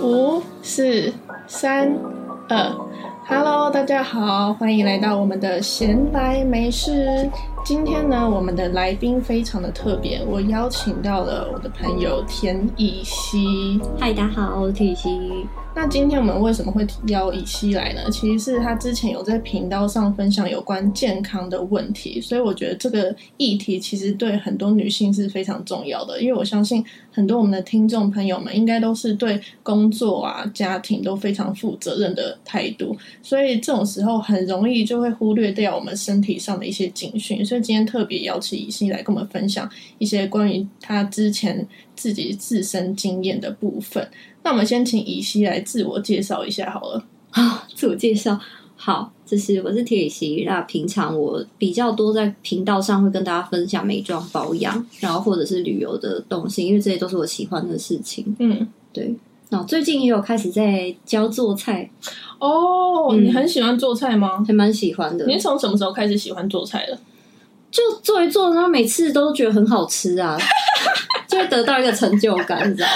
五、四、三、二，Hello，大家好，欢迎来到我们的闲来没事。今天呢，我们的来宾非常的特别，我邀请到了我的朋友田以希。嗨，大家好，我是体西。那今天我们为什么会邀以西来呢？其实是他之前有在频道上分享有关健康的问题，所以我觉得这个议题其实对很多女性是非常重要的。因为我相信很多我们的听众朋友们应该都是对工作啊、家庭都非常负责任的态度，所以这种时候很容易就会忽略掉我们身体上的一些警讯。所以今天特别邀请以西来跟我们分享一些关于他之前自己自身经验的部分。那我们先请乙西来自我介绍一下好了。啊，自我介绍，好，就是我是铁西。那平常我比较多在频道上会跟大家分享美妆保养，然后或者是旅游的东西，因为这些都是我喜欢的事情。嗯，对，那我最近也有开始在教做菜，哦，嗯你很喜欢做菜吗？还蛮喜欢的。你是从什么时候开始喜欢做菜的？就做一做，然后每次都觉得很好吃啊，就会得到一个成就感，你 知道？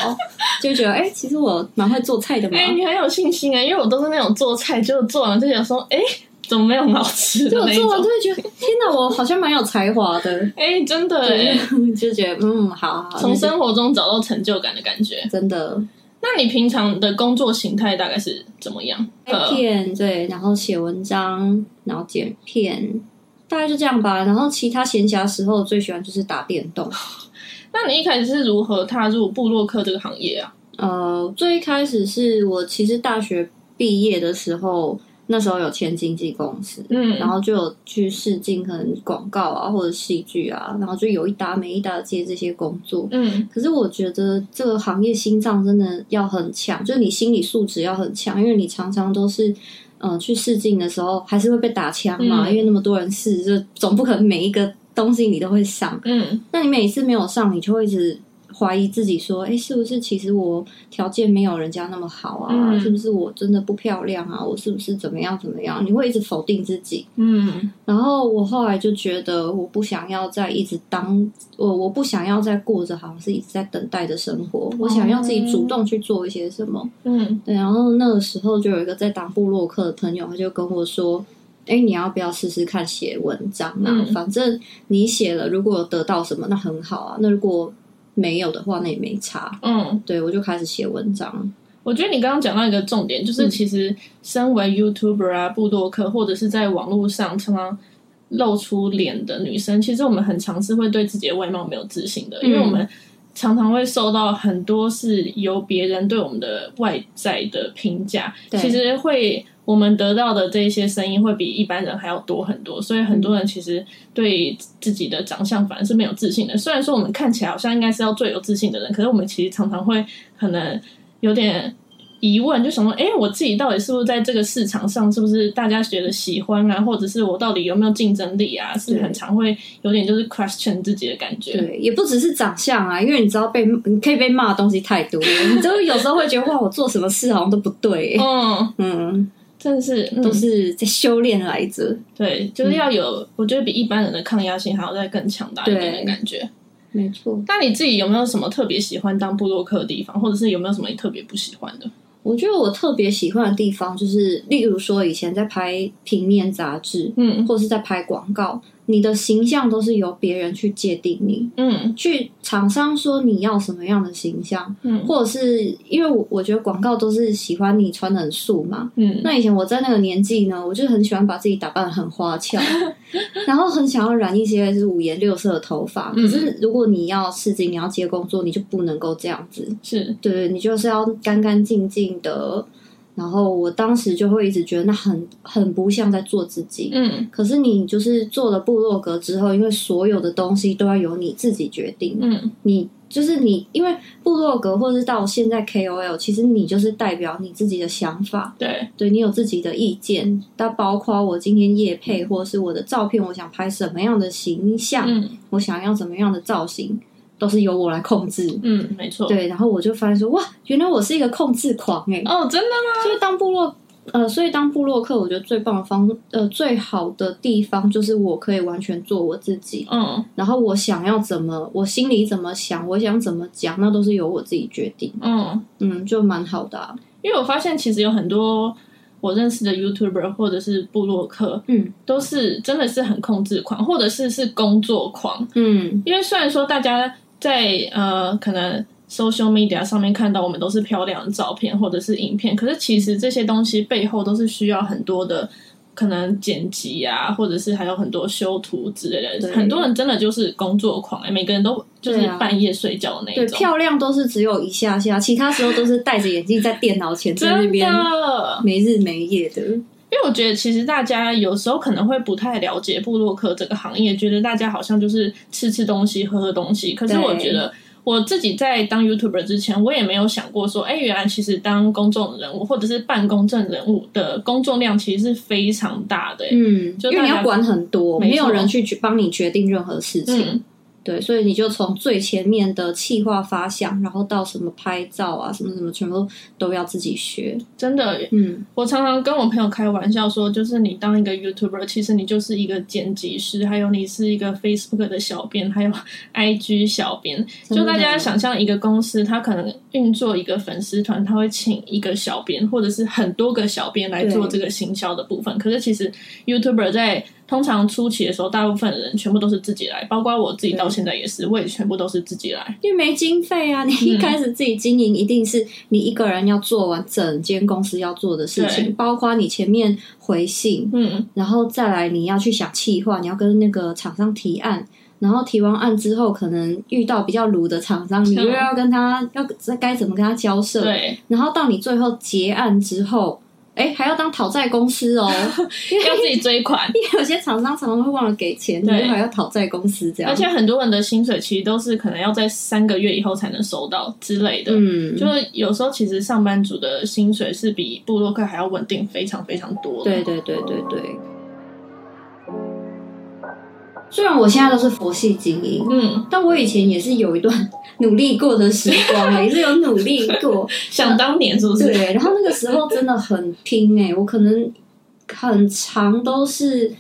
就觉得哎、其实我蛮会做菜的嘛。哎、你很有信心啊、因为我都是那种做菜就做完就想说，哎、怎么没有很好吃就的我那一做完就种？会觉得，天哪，我好像蛮有才华的。哎、真的、对 哎，就觉得嗯，好，好从生活中找到成就感的感觉。真的那你平常的工作形态大概是怎么样？呃拍片对，然后写文章，然后剪片，大概就这样吧。然后其他闲暇时候最喜欢就是打电动。那你一开始是如何踏入布洛克这个行业啊？呃，最一开始是我其实大学毕业的时候，那时候有签经纪公司，嗯，然后就有去试镜，可能广告啊或者戏剧啊，然后就有一搭没一搭地接这些工作。嗯可是我觉得这个行业心脏真的要很强，就是你心理素质要很强，因为你常常都是，呃，去试镜的时候还是会被打枪嘛，嗯因为那么多人试，就总不可能每一个东西你都会上。嗯那你每一次没有上，你就会一直怀疑自己，说，哎、是不是其实我条件没有人家那么好啊？嗯是不是我真的不漂亮啊？我是不是怎么样怎么样？你会一直否定自己。嗯然后我后来就觉得，我不想要再一直当我，我不想要再过着好像是一直在等待的生活，我想要自己主动去做一些什么。嗯对，然后那个时候就有一个在当布洛克的朋友，他就跟我说：“哎，你要不要试试看写文章啊？嗯反正你写了，如果有得到什么，那很好啊；那如果没有的话，那也没差。嗯，”对，我就开始写文章。我觉得你刚刚讲到一个重点，就是嗯其实身为 YouTuber 啊、布洛克，或者是在网络上常常露出脸的女生，其实我们很常是会对自己的外貌没有自信的，嗯因为我们常常会受到很多是由别人对我们的外在的评价，对其实会。我们得到的这些声音会比一般人还要多很多，所以很嗯多人其实对自己的长相反而是没有自信的。虽然说我们看起来好像应该是要最有自信的人，可是我们其实常常会可能有点疑问，就想说，哎、我自己到底是不是在这个市场上，是不是大家觉得喜欢啊，或者是我到底有没有竞争力啊？是对很常会有点就是 question 自己的感觉。对，也不只是长相啊，因为你知道被你可以被骂的东西太多了，你就有时候会觉得哇，我做什么事好像都不对、嗯，嗯，真的是都嗯是在修炼来着。对，就是要有，我觉得比一般人的抗压性还要再更强大一点的感觉。没错，那你自己有没有什么特别喜欢当布洛克的地方，或者是有没有什么你特别不喜欢的？我觉得我特别喜欢的地方就是，例如说以前在拍平面杂志，嗯或是在拍广告，你的形象都是由别人去界定你。嗯去厂商说你要什么样的形象，嗯或者是因为我我觉得广告都是喜欢你穿的很素嘛。嗯那以前我在那个年纪呢，我就很喜欢把自己打扮得很 花俏，然后很想要染一些就是五颜六色的头发。嗯可是如果你要试镜，你要接工作，你就不能够这样子。是对对，你就是要干干净净的。然后我当时就会一直觉得那很很不像在做自己。嗯可是你就是做了部落格之后，因为所有的东西都要由你自己决定。嗯你就是你，因为部落格或是到现在 KOL，其实你就是代表你自己的想法，对对你有自己的意见。但包括我今天夜配或是我的照片，我想拍什么样的形象，嗯我想要怎么样的造型，都是由我来控制。嗯没错对，然后我就发现说，哇，原来我是一个控制狂哎、哦真的吗？就是当部落呃，所以当部落客，我觉得最棒的方，呃，最好的地方就是我可以完全做我自己，嗯然后我想要怎么，我心里怎么想，我想怎么讲，那都是由我自己决定，嗯，嗯，就蛮好的、啊，因为我发现其实有很多我认识的 YouTuber 或者是部落客，嗯都是真的是很控制狂，或者是是工作狂。嗯因为虽然说大家在呃可能 social media 上面看到我们都是漂亮的照片或者是影片，可是其实这些东西背后都是需要很多的。可能剪辑啊，或者是还有很多修图之类的，对很多人真的就是工作狂、哎，每个人都就是对啊半夜睡觉的那对，一种，漂亮都是只有一下下，其他时候都是戴着眼镜在电脑前在那真边的。没日没夜的，因为我觉得其实大家有时候可能会不太了解布洛克这个行业，觉得大家好像就是吃吃东西、喝喝东西。可是对我觉得我自己在当 YouTuber 之前，我也没有想过说，哎，原来其实当公众人物或者是半公众人物的工作量其实是非常大的、欸嗯，就因大为你家要管很多，没错没有人去决帮你决定任何事情。嗯，对，所以你就从最前面的企划发想，然后到什么拍照啊，什么什么，全部都要自己学。真的，嗯，我常常跟我朋友开玩笑说，就是你当一个 YouTuber，其实你就是一个剪辑师，还有你是一个 Facebook 的小编，还有 IG 小编。真的就大家想象一个公司，它可能运作一个粉丝团，它会请一个小编或者是很多个小编来做对这个行销的部分。可是其实 YouTuber 在通常初期的时候，大部分人全部都是自己来，包括我自己到现在也是，我也全部都是自己来。因为没经费啊，你一开始自己经营，一定是你一个人要做完整间公司要做的事对情，包括你前面回信，嗯，然后再来你要去想企划，你要跟那个厂商提案。然后提完案之后，可能遇到比较鲁的厂商，你又要跟他要该怎么跟他交涉，啊对，然后到你最后结案之后，哎，还要当讨债公 司哦，要自己追款。因为有些厂商常常会忘了给钱，你对就还要讨债公司这样。而且，很多人的薪水其实都是可能要在三个月以后才能收到之类的。嗯，就是有时候其实上班族的薪水是比布洛克还要稳定非常非常多的。对对对对对。虽然我现在都是佛系经营，嗯，但我以前也是有一段 努力过的时光，也是有努力过。想当年是不是？对，然后那个时候真的很拼哎、我可能很长都是，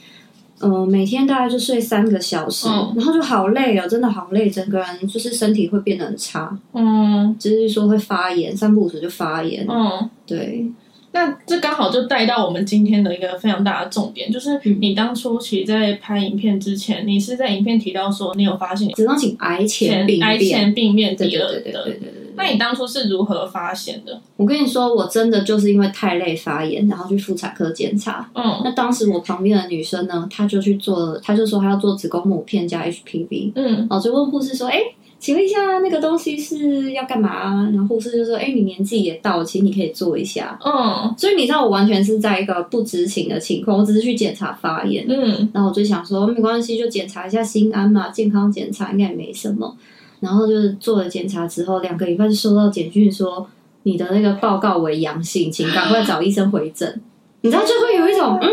呃，每天大概就睡三个小时，嗯然后就好累哦，真的好累，整个人就是身体会变得很差，嗯就是说会发炎，三不五时就发炎。嗯，对，那这刚好就带到我们今天的一个非常大的重点，就是嗯你当初其实，在拍影片之前，你是在影片提到说你有发现子宫颈癌前病癌变，前病变对第对二对对对对的，对。那你当初是如何发现的？我跟你说，我真的就是因为太累发炎，然后去妇产科检查。嗯那当时我旁边的女生呢，她就去做了，她就说她要做子宫膜片加 HPV。嗯哦，就问护士说：“哎、请问一下，那个东西是要干嘛啊？”然后护士就说：“哎、你年纪也到了，其实你可以做一下。嗯”所以你知道，我完全是在一个不知情的情况，我只是去检查发炎。嗯然后我就想说，没关系，就检查一下心安嘛，健康检查应该也没什么。然后就是做了检查之后，两个礼拜就收到简讯说你的那个报告为阳性，请赶快找医生回诊。你知道就会有一种嗯，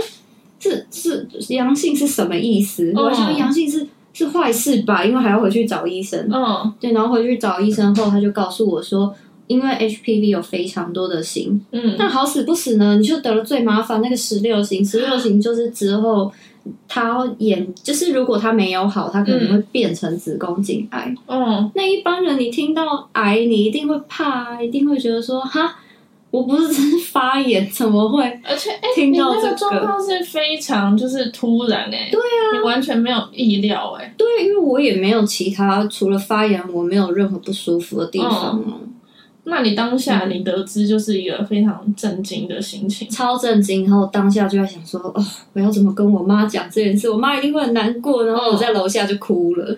这是阳性是什么意思？嗯我还想说阳性是是坏事吧，因为还要回去找医生。嗯对，然后回去找医生后，他就告诉我说。因为 HPV 有非常多的型，嗯，但好死不死呢，你就得了最麻烦那个十六型。十六型就是之后它演，就是如果它没有好，它可能会变成子宫颈癌。嗯那一般人你听到癌，你一定会怕啊，一定会觉得说哈，我不是 真发炎，怎么会？而且，哎、听你到那这个个状况是非常就是突然哎、对啊，你完全没有意料哎、对，因为我也没有其他，除了发炎，我没有任何不舒服的地方哦、那你当下嗯你得知就是一个非常震惊的心情，超震惊，然后当下就在想说，哦，我要怎么跟我妈讲这件事？我妈一定会很难过。然后我在楼下就哭了。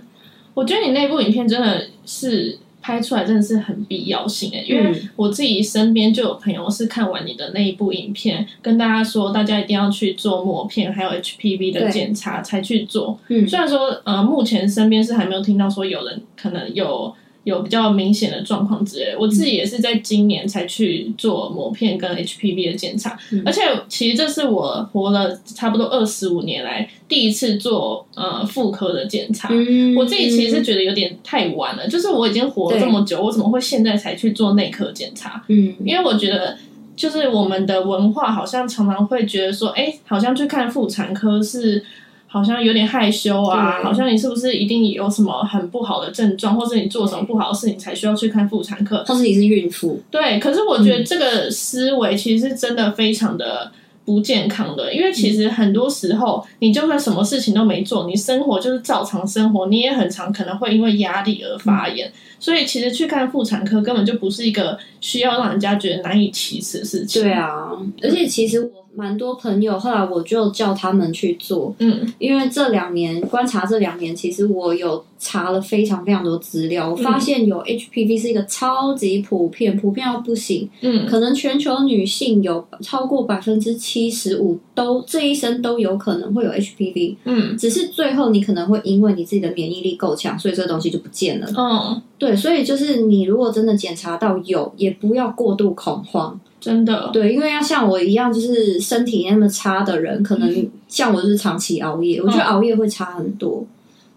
我觉得你那部影片真的是拍出来真的是很必要性哎、因为嗯我自己身边就有朋友是看完你的那一部影片，跟大家说大家一定要去做膜片还有 HPV 的对检查才去做，嗯，虽然说呃，目前身边是还没有听到说有人可能有有比较明显的状况之类的。我自己也是在今年才去做膜片跟 HPV 的检查，嗯而且其实这是我活了差不多二十五年来第一次做呃妇科的检查。嗯我自己其实觉得有点太晚了，就是我已经活了这么久，我怎么会现在才去做内科检查？嗯，因为我觉得就是我们的文化好像常常会觉得说，哎、好像去看妇产科是好像有点害羞啊，对好像你是不是一定有什么很不好的症状，或是你做什么不好的事情才需要去看妇产科？或是你是孕妇，对，可是我觉嗯得这个思维其实是真的非常的不健康的，因为其实很多时候你就算什么事情都没做，你生活就是照常生活，你也很常可能会因为压力而发炎。嗯所以其实去看妇产科根本就不是一个需要让人家觉得难以启齿的事情。对，啊，而且其实我蛮多朋友，后来我就叫他们去做，嗯因为这两年观察这两年，其实我有查了非常非常多资料，我发现有 HPV 是一个超级普遍，普遍到不行，嗯，可能全球女性有超过百分之七十五都这一生都有可能会有 HPV，嗯只是最后你可能会因为你自己的免疫力够强，所以这个东西就不见了。嗯，对，所以就是你如果真的检查到有，也不要过度恐慌。真的，对，因为要像我一样，就是身体那么差的人，可能像我就是长期熬夜，我觉得熬夜会差很多。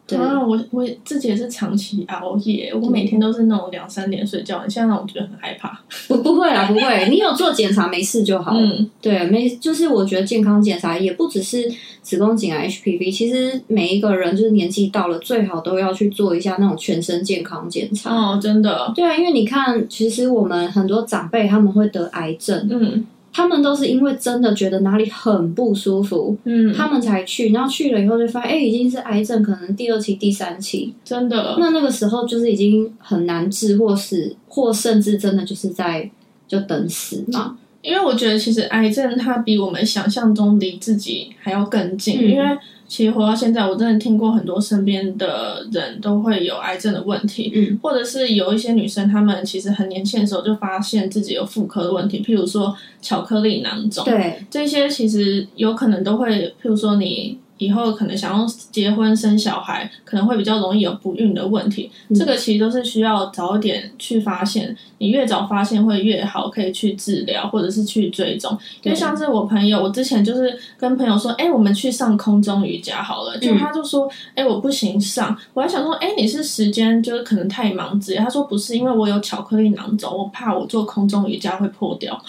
对，啊，我我自己也是长期熬夜，我每天都是那种两三点睡觉，现在让我觉得很害怕。不不会啦，不会，你有做检查没事就好了。嗯对，没，就是我觉得健康检查也不只是子宫颈啊癌、HPV，其实每一个人就是年纪到了，最好都要去做一下那种全身健康检查。哦，真的，对啊，因为你看，其实我们很多长辈他们会得癌症，嗯他们都是因为真的觉得哪里很不舒服，嗯，他们才去，然后去了以后就发现，哎、已经是癌症，可能第二期、第三期，真的，那那个时候就是已经很难治，或是或甚至真的就是在就等死嘛。因为我觉得其实癌症它比我们想象中离自己还要更近，嗯因为其实活到现在，我真的听过很多身边的人都会有癌症的问题，嗯，或者是有一些女生她们其实很年轻的时候就发现自己有妇科的问题，譬如说巧克力囊肿，对，这些其实有可能都会，譬如说你以后可能想要结婚生小孩，可能会比较容易有不孕的问题。嗯这个其实都是需要早点去发现，你越早发现会越好，可以去治疗或者是去追踪。因为对像是我朋友，我之前就是跟朋友说，哎、我们去上空中瑜伽好了，就嗯他就说，哎、我不行上。我还想说，哎、你是时间就是可能太忙之类。他说不是，因为我有巧克力囊肿，我怕我做空中瑜伽会破掉。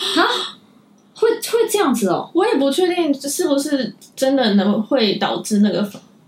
会会这样子哦、我也不确定是不是真的能会导致那个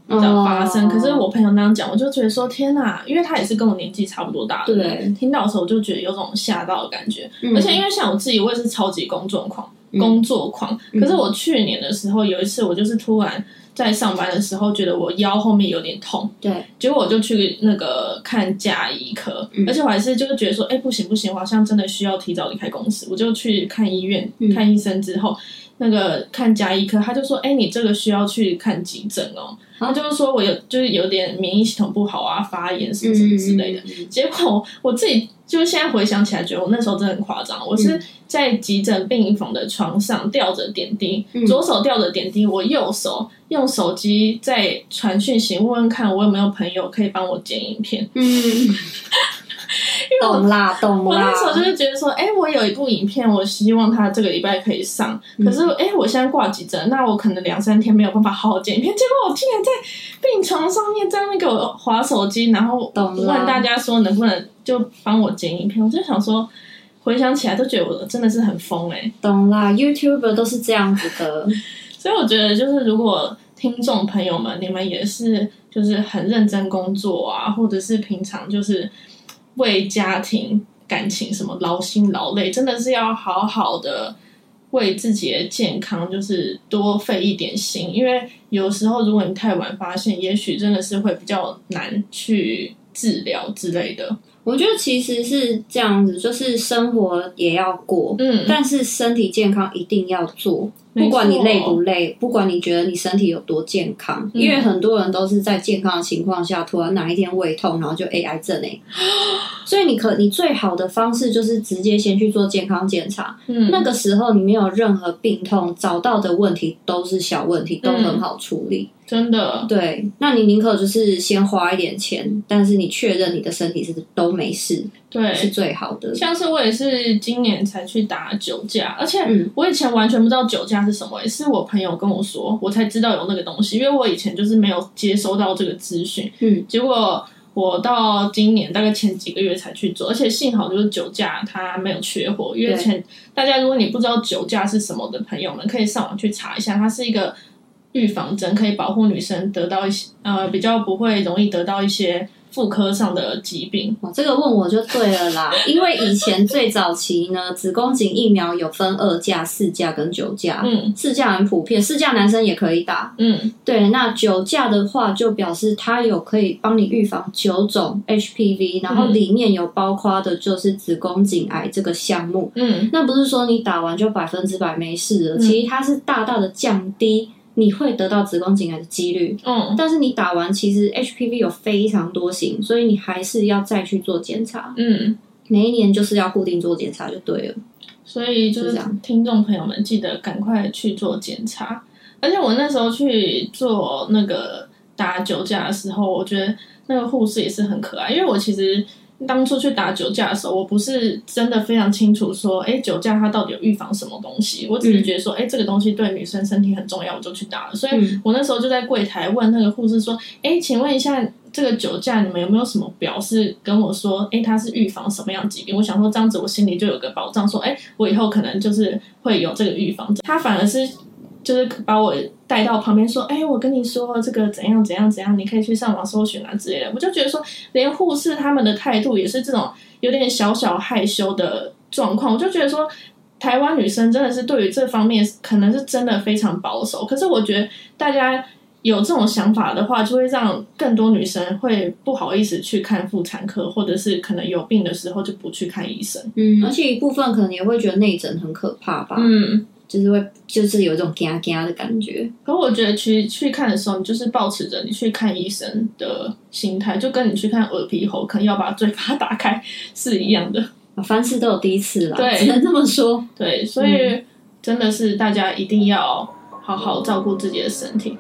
的发生。哦可是我朋友那样讲，我就觉得说天哪，因为他也是跟我年纪差不多大的人，对听到的时候我就觉得有种吓到的感觉。嗯而且因为像我自己，我也是超级工作狂，嗯工作狂。嗯可是我去年的时候有一次，我就是突然在上班的时候，觉得我腰后面有点痛，对，结果我就去那个看家医科，嗯而且我还是就是觉得说，哎、不行不行，我好像真的需要提早离开公司，我就去看医院、嗯看医生之后，那个看家医科，他就说，哎、你这个需要去看急诊哦，他啊就是说我有就是有点免疫系统不好啊，发炎什么嗯什么之类的。的，结果我自己就是现在回想起来，觉得我那时候真的很夸张。我是在急诊病房的床上吊着点滴，嗯左手吊着点滴，我右手用手机在传讯息，问问看我有没有朋友可以帮我剪影片。 嗯，懂啦，懂啦。我那时候就是觉得说，哎、我有一部影片，我希望它这个礼拜可以上。可是，哎、我现在挂急诊，那我可能两三天没有办法好好剪影片。结果我竟然在病床上面，在那个划手机，然后懂问啦大家说能不能就帮我剪影片。我就想说，回想起来都觉得我真的是很疯哎、懂啦，YouTuber 都是这样子的，所以我觉得，就是如果听众朋友们，你们也是就是很认真工作啊，或者是平常就是为家庭、感情什么劳心劳累，真的是要好好的为自己的健康，就是多费一点心，因为有时候如果你太晚发现，也许真的是会比较难去治疗之类的。我觉得其实是这样子，就是生活也要过，嗯，但是身体健康一定要做，没错不管你累不累，不管你觉得你身体有多健康，嗯因为很多人都是在健康的情况下，突然哪一天胃痛，然后就 A 癌症 哎、所以你可你最好的方式就是直接先去做健康检查，嗯，那个时候你没有任何病痛，找到的问题都是小问题，嗯都很好处理。真的，对，那你宁可就是先花一点钱，但是你确认你的身体是都没事，对，是最好的。像是我也是今年才去打酒驾，而且嗯我以前完全不知道酒驾是什么、也是我朋友跟我说，我才知道有那个东西，因为我以前就是没有接收到这个资讯。嗯，结果我到今年大概前几个月才去做，而且幸好就是酒驾它没有缺货，因为对前大家如果你不知道酒驾是什么的朋友们，可以上网去查一下，它是一个预防针，可以保护女生得到一些呃比较不会容易得到一些妇科上的疾病。哦，这个问我就对了 啦，因为以前最早期呢，子宫颈疫苗有分二价、四价跟九价。嗯四价很普遍，四价男生也可以打。嗯对，那九价的话，就表示它有可以帮你预防九种 HPV，然后嗯里面有包括的就是子宫颈癌这个项目。嗯那不是说你打完就百分之百没事了，嗯其实它是大大的降低你会得到子宫颈癌的几率。嗯但是你打完，其实 HPV 有非常多型，所以你还是要再去做检查，嗯，每一年就是要固定做检查就对了。所以就是这是样听众朋友们记得赶快去做检查。而且我那时候去做那个打酒驾的时候，我觉得那个护士也是很可爱，因为我其实。当初去打酒驾的时候，我不是真的非常清楚说，哎、酒驾它到底有预防什么东西？我只是嗯觉得说，哎、这个东西对女生身体很重要，我就去打了。所以嗯我那时候就在柜台问那个护士说：“哎、请问一下，这个酒驾你们有没有什么表示跟我说？哎、它是预防什么样的疾病？”我想说这样子我心里就有个保障，说：“哎、我以后可能就是会有这个预防。”他反而是就是把我带到旁边说：“哎、我跟你说这个怎样怎样怎样，你可以去上网搜寻啊之类的。”我就觉得说，连护士他们的态度也是这种有点小小害羞的状况，我就觉得说。台湾女生真的是对于这方面可能是真的非常保守，可是我觉得大家有这种想法的话，就会让更多女生会不好意思去看妇产科，或者是可能有病的时候就不去看医生。嗯，而且一部分可能也会觉得内诊很可怕吧，嗯，就是会就是有一种嘎嘎的感觉。可我觉得去去看的时候，你就是保持着你去看医生的心态，就跟你去看耳鼻喉，可能要把嘴巴打开是一样的。 啊凡事都有第一次啦，对只能这么说。对，所以真的是大家一定要好好照顾自己的身体。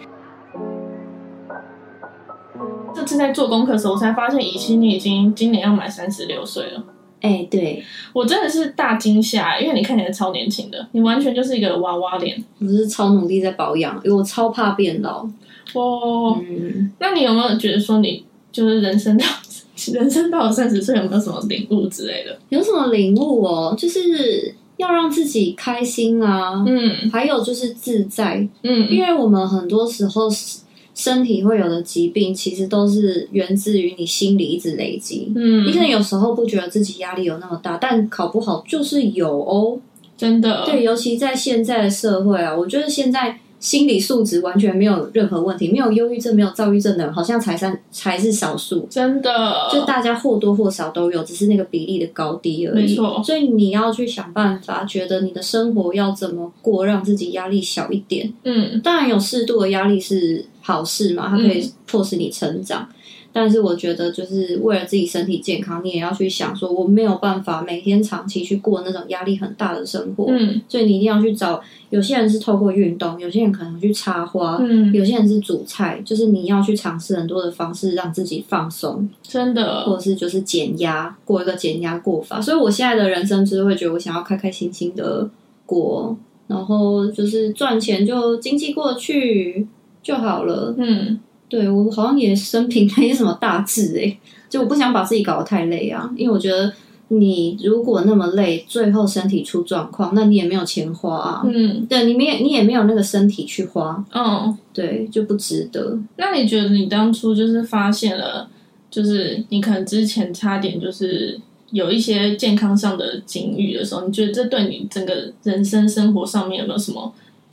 这次在做功课的时候，我才发现以心你已经今年要满三十六岁了，哎、对，我真的是大惊吓，因为你看起来超年轻的，你完全就是一个娃娃脸。我是超努力在保养，因为我超怕变老。哦，嗯，那你有没有觉得说你就是人生到 人生到三十岁有没有什么领悟之类的？有什么领悟哦？就是要让自己开心啊，嗯还有就是自在，因嗯为我们很多时候是身体会有的疾病，其实都是源自于你心里一直累积。你可嗯，能有时候不觉得自己压力有那么大，但考不好就是有哦。真的对，尤其在现在的社会啊，我觉得现在心理素质完全没有任何问题，没有忧郁症、没有躁郁症的人，好像才三才是少数。真的就大家或多或少都有，只是那个比例的高低而已。没错所以你要去想办法，觉得你的生活要怎么过，让自己压力小一点。嗯当然有适度的压力是好事嘛，它可以迫使你成长。但是我觉得，就是为了自己身体健康，你也要去想说，我没有办法每天长期去过那种压力很大的生活，嗯所以你一定要去找。有些人是透过运动，有些人可能去插花，嗯，有些人是煮菜，就是你要去尝试很多的方式让自己放松，真的或者是就是减压，过一个减压过法。所以我现在的人生就是会觉得我想要开开心心的过，然后就是赚钱就经济过得去就好了。嗯，对我好像也生平 没什么大志诶、就我不想把自己搞得太累啊，因为我觉得你如果那么累，最后身体出状况，那你也没有钱花啊。嗯对，你没有你也没有那个身体去花，嗯，对，就不值得。那你觉得你当初就是发现了，就是你可能之前差点就是有一些健康上的境遇的时候，你觉得这对你整个人生生活上面有没有什么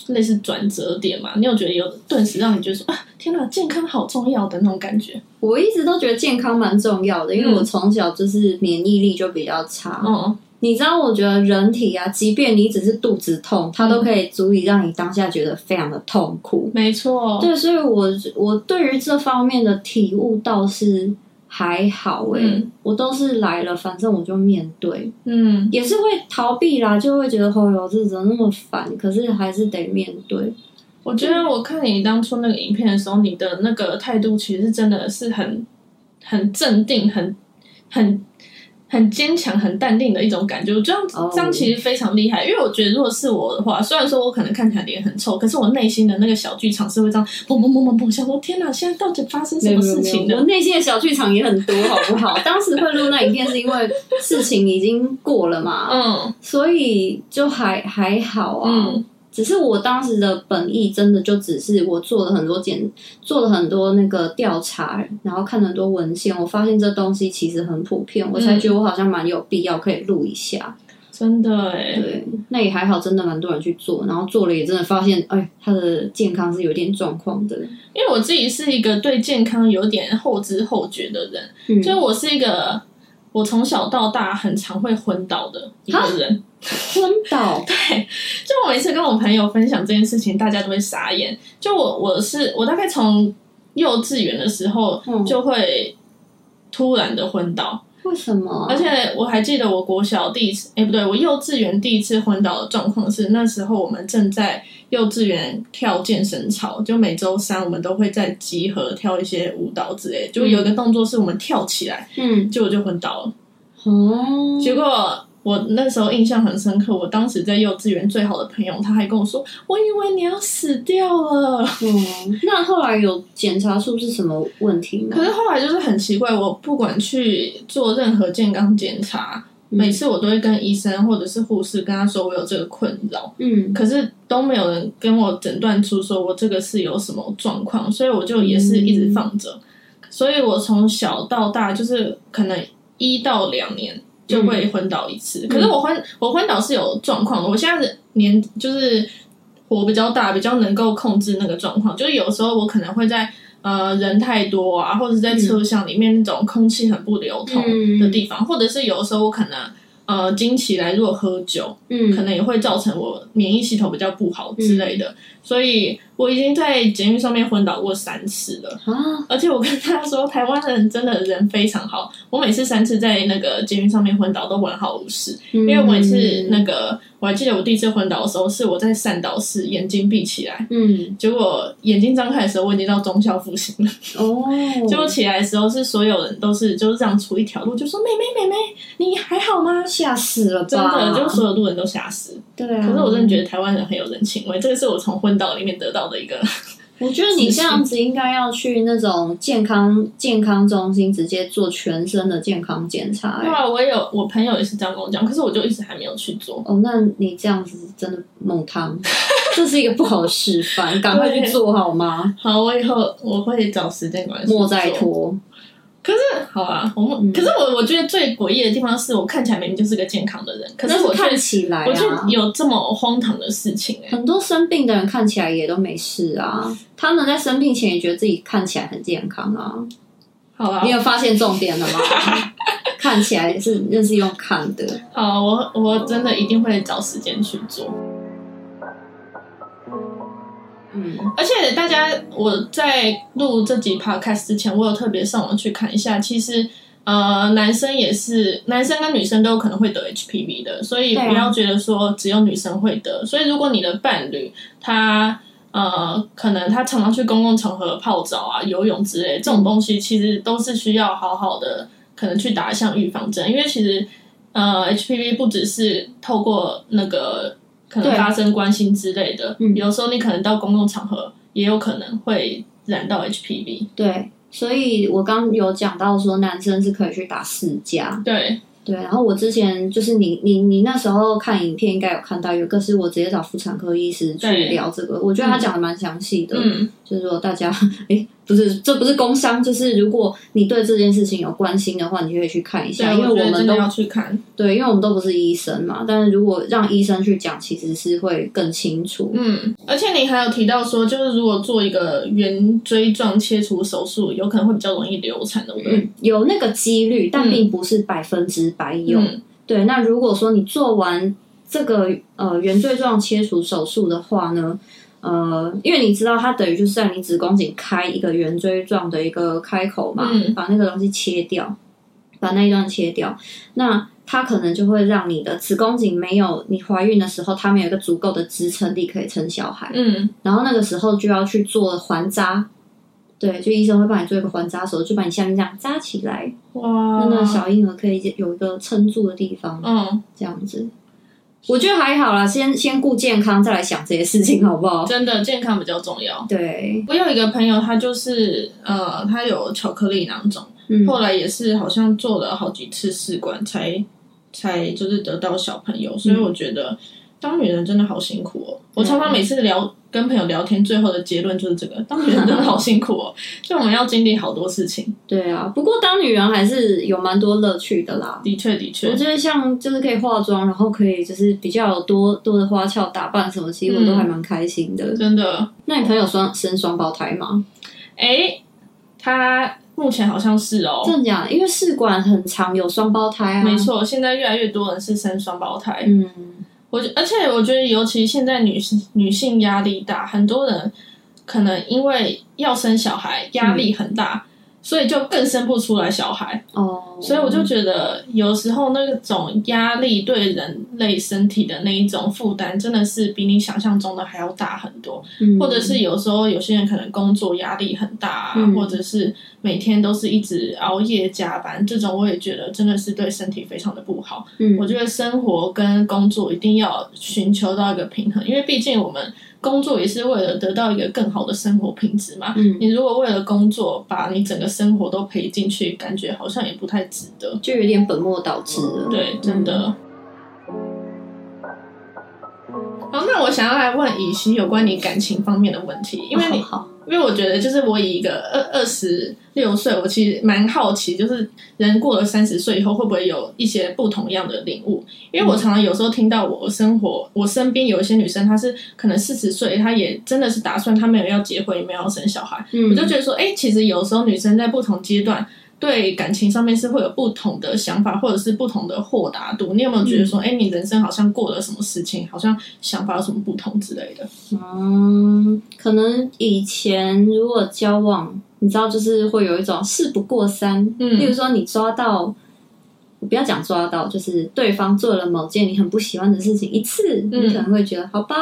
类似转折点嘛？你有觉得有顿时让你觉得说啊，天哪，健康好重要的那种感觉？我一直都觉得健康蛮重要的，因为嗯我从小就是免疫力就比较差。嗯你知道，我觉得人体啊，即便你只是肚子痛，它都可以足以让你当下觉得非常的痛苦。没错，对，所以我我对于这方面的体悟倒是还好诶、嗯我都是来了，反正我就面对，嗯也是会逃避啦，就会觉得哦哟，这怎么那么烦？可是还是得面对。我觉得我看你当初那个影片的时候，你的那个态度其实真的是很很镇定，很很。很坚强、很淡定的一种感觉。我觉得这样哦这样其实非常厉害，因为我觉得如果是我的话，虽然说我可能看起来脸很臭，可是我内心的那个小剧场是会这样砰砰砰砰砰，想说天哪，现在到底发生什么事情我呢？内心的小剧场也很多，好不 好？当时会录那影片是因为事情已经过了嘛，嗯所以就还还好啊。嗯只是我当时的本意真的就只是我做了很多检，做了很多那个调查，然后看了很多文献，我发现这东西其实很普遍，我才觉得我好像蛮有必要可以录一下。真的哎，对，那也还好，真的蛮多人去做，然后做了也真的发现，哎，他的健康是有点状况的。因为我自己是一个对健康有点后知后觉的人，嗯，就是我是一个我从小到大很常会昏倒的一个人。昏倒，就我每次跟我朋友分享这件事情，大家都会傻眼。就我我是我大概从幼稚园的时候嗯就会突然的昏倒，为什么？而且我还记得我国小第一次，哎、不对，我幼稚园第一次昏倒的状况是那时候我们正在幼稚园跳健身操，就每周三我们都会在集合跳一些舞蹈之类，就有一个动作是我们跳起来，嗯，结果就昏倒了。哦，结果我那时候印象很深刻，我当时在幼稚园最好的朋友，他还跟我说：“我以为你要死掉了。嗯，那后来有检查出是什么问题”吗 可？是后来就是很奇怪，我不管去做任何健康检查，每次我都会跟医生或者是护士跟他说我有这个困扰，嗯，可是都没有人跟我诊断出说我这个是有什么状况，所以我就也是一直放着。所以我从小到大就是可能一到两年就会昏倒一次，可是我昏我昏倒是有状况的，我现在的年就是火比较大，比较能够控制那个状况，就是有时候我可能会在。呃，人太多啊，或者是在车厢里面那种空气很不流通的地方，或者是有时候我可能呃经期来，如果喝酒，嗯，可能也会造成我免疫系统比较不好之类的。所以我已经在捷运上面昏倒过三次了。啊，而且我跟大家说，台湾人真的人非常好。我每次三次在那个捷运上面昏倒都完好无事，因因为我每嗯次那个我还记得我第一次昏倒的时候是我在善导室眼睛闭起来，嗯结果眼睛张开的时候我已经到中校复兴了。哦，结果起来的时候是所有人都是就是让出一条路，就说妹妹妹妹你还好吗？吓死了吧，真的，就所有路人都吓死。对啊。可是我真的觉得台湾人很有人情味，这个是我从昏倒里面得到的一 个。得，我觉得你这样子应该要去那种健康健康中心直接做全身的健康检查、对欸。啊，我也有我朋友也是这样跟我讲，可是我就一直还没有去做。哦，那你这样子真的猛汤，这是一个不好的示范，赶快去做 好吗？好，我以后我会找时间管理去做莫再。拖。可是好啊，我们、嗯可是我我觉得最诡异的地方是我看起来明明就是个健康的人，可但我却看起来、啊，我却有这么荒唐的事情哎、很多生病的人看起来也都没事啊，他们在生病前也觉得自己看起来很健康啊。好啊你，有发现重点了 吗？看起来是那是用看的，好，啊我我真的一定会找时间去做。嗯而且大家，我在录这集 podcast 之前，我有特别上网去看一下，其实。呃，男生也是，男生跟女生都有可能会得 HPV 的，所以对啊不要觉得说只有女生会得。所以如果你的伴侣他呃，可能他常常去公共场合泡澡啊、游泳之类这嗯种东西，其实都是需要好好的可能去打一项预防针，因为其实呃 HPV 不只是透过那个可能对啊发生关心之类的，嗯有时候你可能到公共场合也有可能会染到 HPV。对。所以我刚有讲到说，男生是可以去打四价，对，对。然后我之前就是你你你那时候看影片应该有看到，有一个是我直接找妇产科医师去对聊这个，我觉得他讲的蛮详细的，嗯，就是说大家，哎，不是，这不是工伤，就是如果你对这件事情有关心的话，你就可以去看一对，啊下，因为觉得们真都的要去看，对，因为我们都不是医生嘛，但是如果让医生去讲，其实是会更清楚。嗯，而且你还有提到说，就是如果做一个圆锥状切除手术，有可能会比较容易流产，对不对？嗯，有那个几率，但嗯并不是百分之百有。嗯对，那如果说你做完这个呃圆锥状切除手术的话呢，呃，因为你知道它等于就是在你子宫颈开一个圆锥状的一个开口嘛，嗯把那个东西切掉，把那一段切掉，那它可能就会让你的子宫颈没有你怀孕的时候，它没有一个足够的支撑力可以撑小孩。嗯然后那个时候就要去做环扎，对，就医生会帮你做一个环扎手术，就把你下面这样扎起来，哇，让那个小婴儿可以有一个撑住的地方，嗯，这样子。我觉得还好啦，先先顾健康，再来想这些事情，好不好？真的健康比较重要。对，我有一个朋友，他就是呃，他有巧克力囊肿，嗯，后来也是好像做了好几次试管才才就是得到小朋友，所以我觉得当女人真的好辛苦哦。嗯我常常每次聊跟朋友聊天，最后的结论就是这个：当女人真的好辛苦 哦，就我们要经历好多事情。对啊。不过当女人还是有蛮多乐趣的啦。的确，的确我，觉得像就是可以化妆，然后可以就是比较有多多的花俏打扮什么，其实我都嗯还蛮开心的。真的，那你朋友双生双胞胎吗？哎、他目前好像是哦，真的假的？因为试管很常有双胞胎啊。没。错，现在越来越多人是生双胞胎。嗯，我觉，而且我觉得，尤其现在女性女性压力大，很多人可能因为要生小孩，压嗯力很大，所以就更生不出来小孩。哦，所以我就觉得，有时候那种压力对人类身体的那一种负担，真的是比你想象中的还要大很多。嗯或者是有时候有些人可能工作压力很大、啊，嗯或者是每天都是一直熬夜加班，这种我也觉得真的是对身体非常的不好。嗯我觉得生活跟工作一定要寻求到一个平衡，因为毕竟我们工作也是为了得到一个更好的生活品质嘛。嗯，你如果为了工作把你整个生活都赔进去，感觉好像也不太值得。就有点本末倒置了。对，真的。好，那我想要来问以西有关你感情方面的问题，因为你好好因为我觉得，就是我以一个二二十六岁，我其实蛮好奇，就是人过了三十岁以后，会不会有一些不同样的领悟？因为我常常有时候听到我生活，我身边有一些女生，她是可能四十岁，她也真的是打算她没有要结婚，也没有要生小孩，嗯我就觉得说，哎、其实有时候女生在不同阶段。对感情上面是会有不同的想法，或者是不同的豁达度。你有没有觉得说，哎、你人生好像过了什么事情，好像想法有什么不同之类的？嗯，可能以前如果交往，你知道，就是会有一种事不过三。嗯例如说你抓到，我不要讲抓到，就是对方做了某件你很不喜欢的事情一次，嗯你可能会觉得好吧，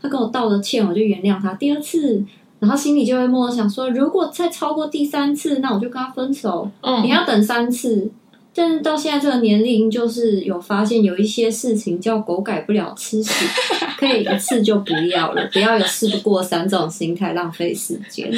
他跟我道了歉，我就原谅他。第二次。然后心里就会默默想说，如果再超过第三次，那我就跟他分手。嗯你要等三次，但是到现在这个年龄，就是有发现有一些事情叫狗改不了吃屎，可以一次就不要了，不要有事不过三这种心态，浪费时间。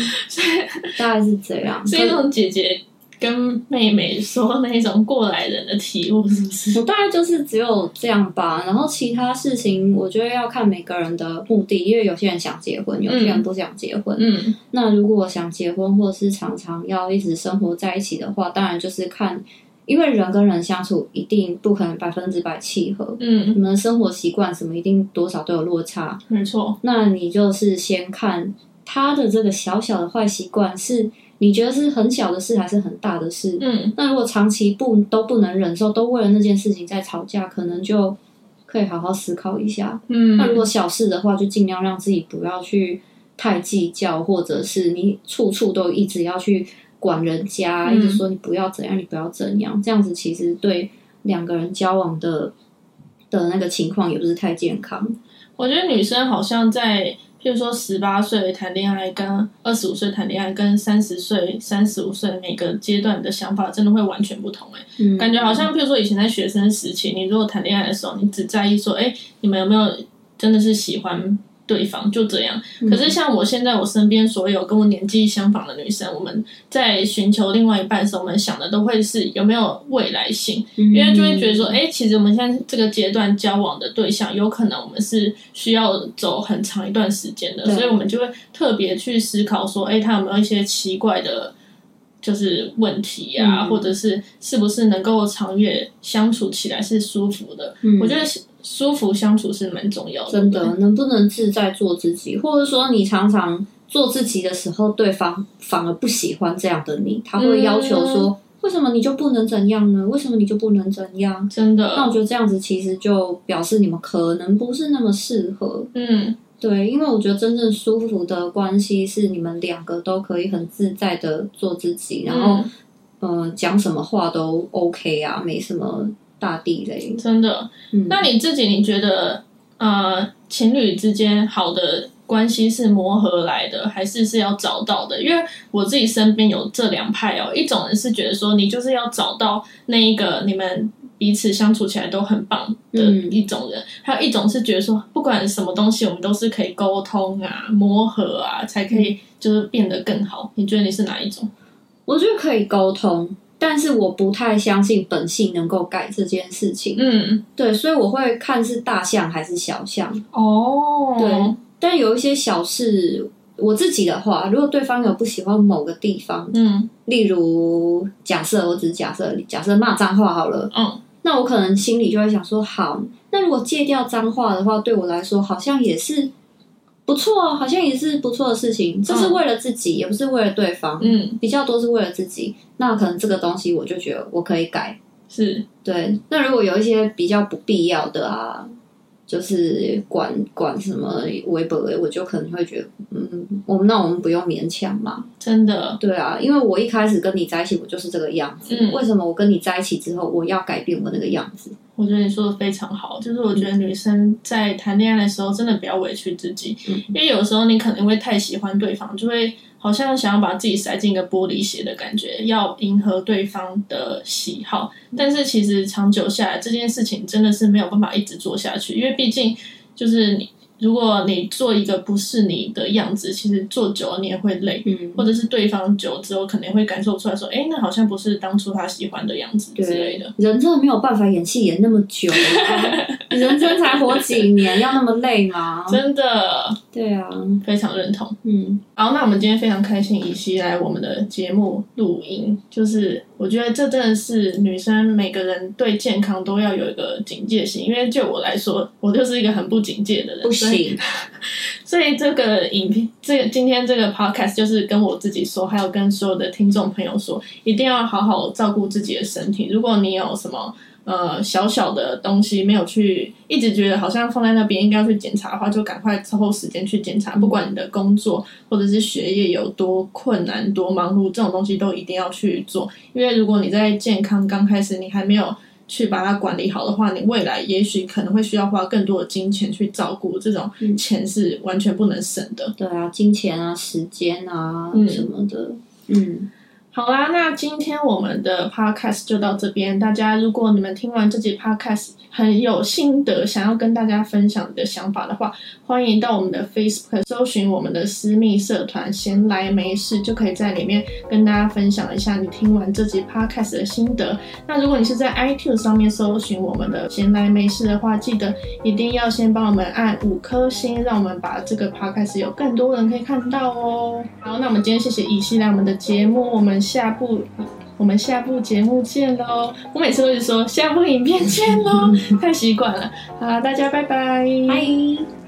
大概是这样，是一种姐姐跟妹妹说那种过来人的体悟，是不是？我大概就是只有这样吧，然后其他事情我觉得要看每个人的目的，因为有些人想结婚，有些人不想结婚。嗯那如果想结婚，或是常常要一直生活在一起的话，当然就是看，因为人跟人相处一定不可能百分之百契合，嗯，你们的生活习惯什么一定多少都有落差。没错。那你就是先看他的这个小小的坏习惯是你觉得是很小的事，还是很大的事？嗯那如果长期不都不能忍受，都为了那件事情在吵架，可能就可以好好思考一下。嗯，那如果小事的话，就尽量让自己不要去太计较，或者是你处处都一直要去管人家，嗯一直说你不要怎样，你不要怎样，这样子其实对两个人交往的的那个情况也不是太健康。我觉得女生好像在。譬如说，十八岁谈恋爱，跟二十五岁谈恋爱，跟三十岁、三十五岁每个阶段的想法真的会完全不同、欸。嗯，感觉好像，譬如说以前在学生时期，你如果谈恋爱的时候，你只在意说，哎、你们有没有真的是喜欢对方，就这样。嗯可是像我现在，我身边所有跟我年纪相仿的女生，我们在寻求另外一半的时候，我们想的都会是有没有未来性，因因为就会觉得嗯说，哎、其实我们现在这个阶段交往的对象，有可能我们是需要走很长一段时间的，对所以我们就会特别去思考说，哎、他有没有一些奇怪的，就是问题呀、嗯或者是是不是能够长远相处起来是舒服的？嗯我觉得舒服相处是蛮重要的，真的能不能自在做自己，或者说你常常做自己的时候，对方反而不喜欢这样的你，他会要求说，嗯为什么你就不能怎样呢？为什么你就不能怎样？真的，那我觉得这样子其实就表示你们可能不是那么适合，嗯对，因为我觉得真正舒服的关系是你们两个都可以很自在的做自己，然后、嗯呃讲什么话都 OK 啊，没什么大地雷。真的。嗯，那你自己你觉得，呃，情侣之间好的关系是磨合来的，还是是要找到的？因为我自己身边有这两派哦，一种人是觉得说你就是要找到那一个你们彼此相处起来都很棒的嗯一种人，还有一种是觉得说不管什么东西我们都是可以沟通啊、磨合啊，才可以就是变得更好。你觉得你是哪一种？我觉得可以沟通，但是我不太相信本性能够改这件事情。嗯，对，所以我会看是大象还是小象。哦，对，但有一些小事，我自己的话，如果对方有不喜欢某个地方，嗯例如假设我只是假设，假设骂脏话好了，嗯那我可能心里就会想说，好，那如果戒掉脏话的话，对我来说好像也是不错，好像也是不错的事情。这是为了自己，也不是为了对方，嗯，比较多是为了自己。那可能这个东西我就觉得我可以改。是，对，那如果有一些比较不必要的啊，就是管管什么微博，我就可能会觉得，嗯，我们那我们不用勉强嘛。真的，对啊，因为我一开始跟你在一起，我就是这个样子。嗯为什么我跟你在一起之后，我要改变我那个样子？我觉得你说的非常好，就是我觉嗯得女生在谈恋爱的时候，真的不要委屈自己，嗯因为有时候你可能会太喜欢对方，就会好像想要把自己塞进一个玻璃鞋的感觉，要迎合对方的喜好。但是其实长久下来，这件事情真的是没有办法一直做下去，因为毕竟就是你，如果你做一个不是你的样子，其实做久了你也会累。嗯或者是对方久之后可能会感受出来说，哎、那好像不是当初他喜欢的样子之类 的。人真的没有办法演戏演那么久、啊，人生才活几年，要那么累吗？真的 对啊，非常认同。嗯，好，那我们今天非常开心，以西来我们的节目录音，就是我觉得这真的是女生每个人对健康都要有一个警戒心，因为就我来说，我就是一个很不警戒的人，不所以行，所以这个影片，这个今天这个 podcast 就是跟我自己说，还有跟所有的听众朋友说，一定要好好照顾自己的身体。如果你有什么呃小小的东西没有去，一直觉得好像放在那边应该要去检查的话，就赶快抽时间去检查。不管你的工作或者是学业有多困难、多忙碌，这种东西都一定要去做，因为如果你在健康刚开始，你还没有。去把它管理好的话，你未来也许可能会需要花更多的金钱去照顾，这种嗯钱是完全不能省的。对啊，金钱啊，时间啊，嗯什么的，嗯，好啦，那今天我们的 podcast 就到这边。大家如果你们听完这集 podcast 很有心得，想要跟大家分享你的想法的话，欢迎到我们的 Facebook 搜寻我们的私密社团“闲来没事”，就可以在里面跟大家分享一下你听完这集 podcast 的心得。那如果你是在 iTunes 上面搜寻我们的“闲来没事”的话，记得一定要先帮我们按五颗星，让我们把这个 podcast 有更多人可以看到哦。好，那我们今天谢谢以西来我们的节目，我们下部我们下部节目见喽。我每次都是说下部影片见喽，太习惯了。好啦，大家拜拜，拜。